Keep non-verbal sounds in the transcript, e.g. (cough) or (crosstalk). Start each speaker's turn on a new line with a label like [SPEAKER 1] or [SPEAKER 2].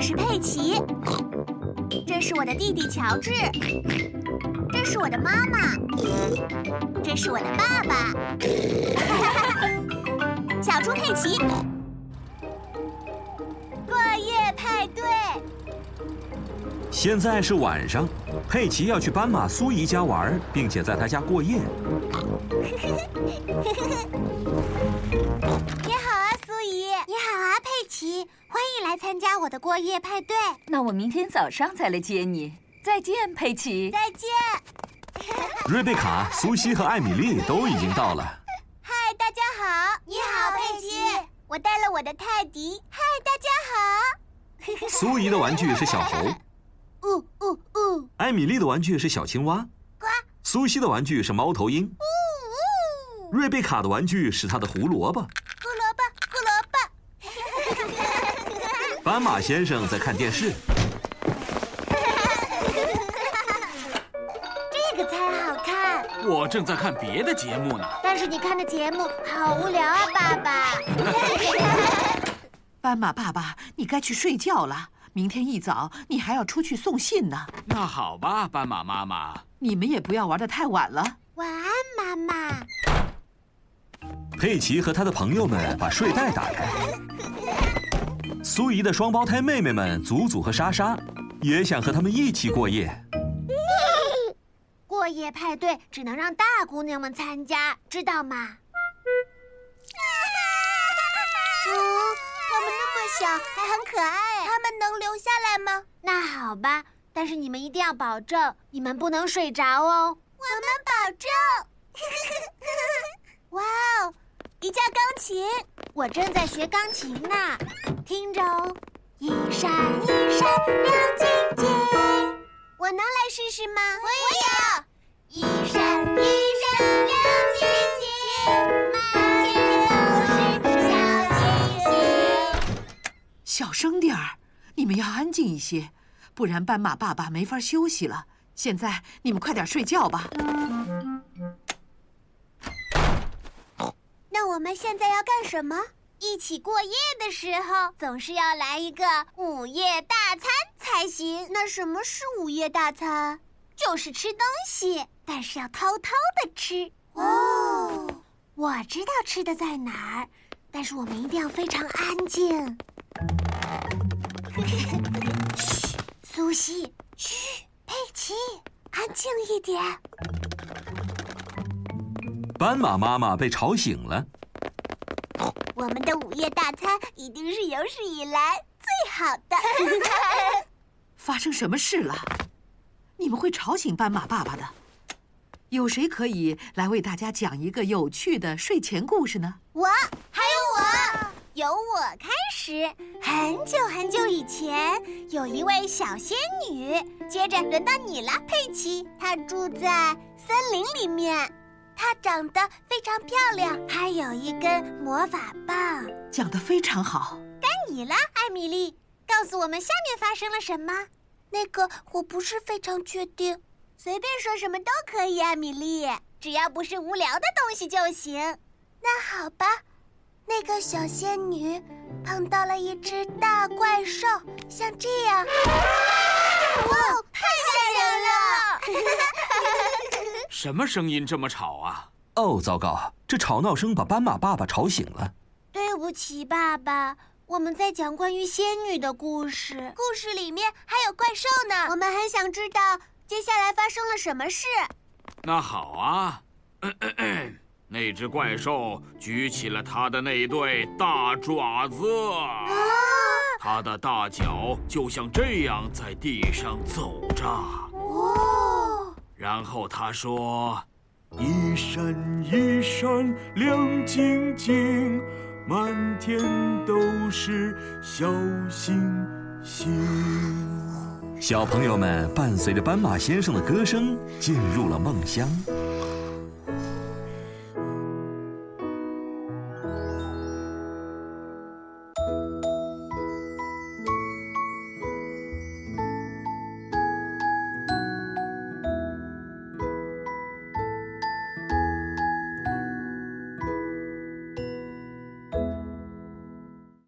[SPEAKER 1] 是佩奇，这是我的弟弟乔治，这是我的妈妈，这是我的爸 (laughs) 爸。小猪佩奇，过夜派对。
[SPEAKER 2] 现在是晚上，佩奇要去斑马苏姨家玩，并且在她家过夜。
[SPEAKER 1] 你好啊，苏姨。
[SPEAKER 3] 你好啊，佩奇，欢迎来参加我的过夜派对。
[SPEAKER 4] 那我明天早上再来接你。再见，佩奇。
[SPEAKER 1] 再见。
[SPEAKER 2] 瑞贝卡、苏西和艾米丽都已经到了。
[SPEAKER 1] 嗨，大家好。
[SPEAKER 3] 你好，佩奇。
[SPEAKER 1] 我带了我的泰迪。
[SPEAKER 3] 嗨，大家
[SPEAKER 2] 好。苏姨的玩具是小猴。
[SPEAKER 3] 呜呜呜！
[SPEAKER 2] 艾米丽的玩具是小青蛙，
[SPEAKER 3] 呱！
[SPEAKER 2] 苏西的玩具是猫头鹰，
[SPEAKER 3] 呜
[SPEAKER 2] 呜！瑞贝卡的玩具是她的胡萝卜，
[SPEAKER 3] 胡萝卜，胡萝
[SPEAKER 2] 卜。斑马先生在看电视，
[SPEAKER 3] 这个才好看。
[SPEAKER 5] 我正在看别的节目呢，
[SPEAKER 3] 但是你看的节目好无聊啊，爸爸。 (laughs)
[SPEAKER 6] 斑马爸爸，你该去睡觉了。明天一早你还要出去送信呢。
[SPEAKER 5] 那好吧，斑马妈妈，
[SPEAKER 6] 你们也不要玩的太晚了。
[SPEAKER 3] 晚安，妈妈。
[SPEAKER 2] 佩奇和他的朋友们把睡袋打开。苏怡的双胞胎妹妹们祖祖和莎莎也想和他们一起过夜。
[SPEAKER 3] 过夜派对只能让大姑娘们参加，知道吗？
[SPEAKER 1] 嗯他们那么小，还很可爱。
[SPEAKER 3] 他们能留下来吗？那好吧，但是你们一定要保证，你们不能睡着哦。
[SPEAKER 1] 我们保
[SPEAKER 3] (laughs)
[SPEAKER 1] 证。哇哦，一架钢琴！
[SPEAKER 3] 我正在学钢琴呢，听着哦。一闪一闪亮晶晶，
[SPEAKER 1] 我能来试试吗？
[SPEAKER 3] 我也要。一闪一闪亮晶晶，满天都是小星星。
[SPEAKER 6] 小声点儿，你们要安静一些，不然斑马爸爸没法休息了。现在你们快点睡觉吧。
[SPEAKER 1] 那我们现在要干什么？
[SPEAKER 3] 一起过夜的时候，总是要来一个午夜大餐才行。
[SPEAKER 1] 那什么是午夜大餐？
[SPEAKER 3] 就是吃东西，但是要偷偷的吃。
[SPEAKER 1] 哦，
[SPEAKER 3] 我知道吃的在哪儿，但是我们一定要非常安静。 (laughs) 嘘，苏西，
[SPEAKER 1] 嘘，佩奇，安静一点。
[SPEAKER 2] 斑马妈妈被吵醒了。
[SPEAKER 1] 我们的午夜大餐一定是有史以来最好的。
[SPEAKER 6] 发生什么事了？你们会吵醒斑马爸爸的。有谁可以来为大家讲一个有趣的睡前故事呢？
[SPEAKER 3] 我，还有我。由我开始，很久很久以前，有一位小仙女。接着轮到你了，佩奇。她住在森林里面，她长得非常漂亮，还有一根魔法棒。
[SPEAKER 6] 讲得非常好。
[SPEAKER 3] 该你了，艾米丽。告诉我们下面发生了什么？
[SPEAKER 1] 那个我不是非常确定，
[SPEAKER 3] 随便说什么都可以，艾米丽，只要不是无聊的东西就行。
[SPEAKER 1] 那好吧。那个小仙女碰到了一只大怪兽，像这样，
[SPEAKER 3] 哇，太吓人了！
[SPEAKER 5] 什么声音这么吵啊？
[SPEAKER 2] 哦，糟糕，这吵闹声把斑马爸爸吵醒了。
[SPEAKER 3] 对不起，爸爸，我们在讲关于仙女的故事，
[SPEAKER 1] 故事里面还有怪兽呢。
[SPEAKER 3] 我们很想知道接下来发生了什么事。
[SPEAKER 5] 那好啊。 (clears throat) 咳咳咳那只怪兽举起了它的那对大爪子，它的大脚就像这样在地上走着。
[SPEAKER 1] 哦，
[SPEAKER 5] 然后他说：“一闪一闪亮晶晶，满天都是小星星。”
[SPEAKER 2] 小朋友们伴随着斑马先生的歌声进入了梦乡。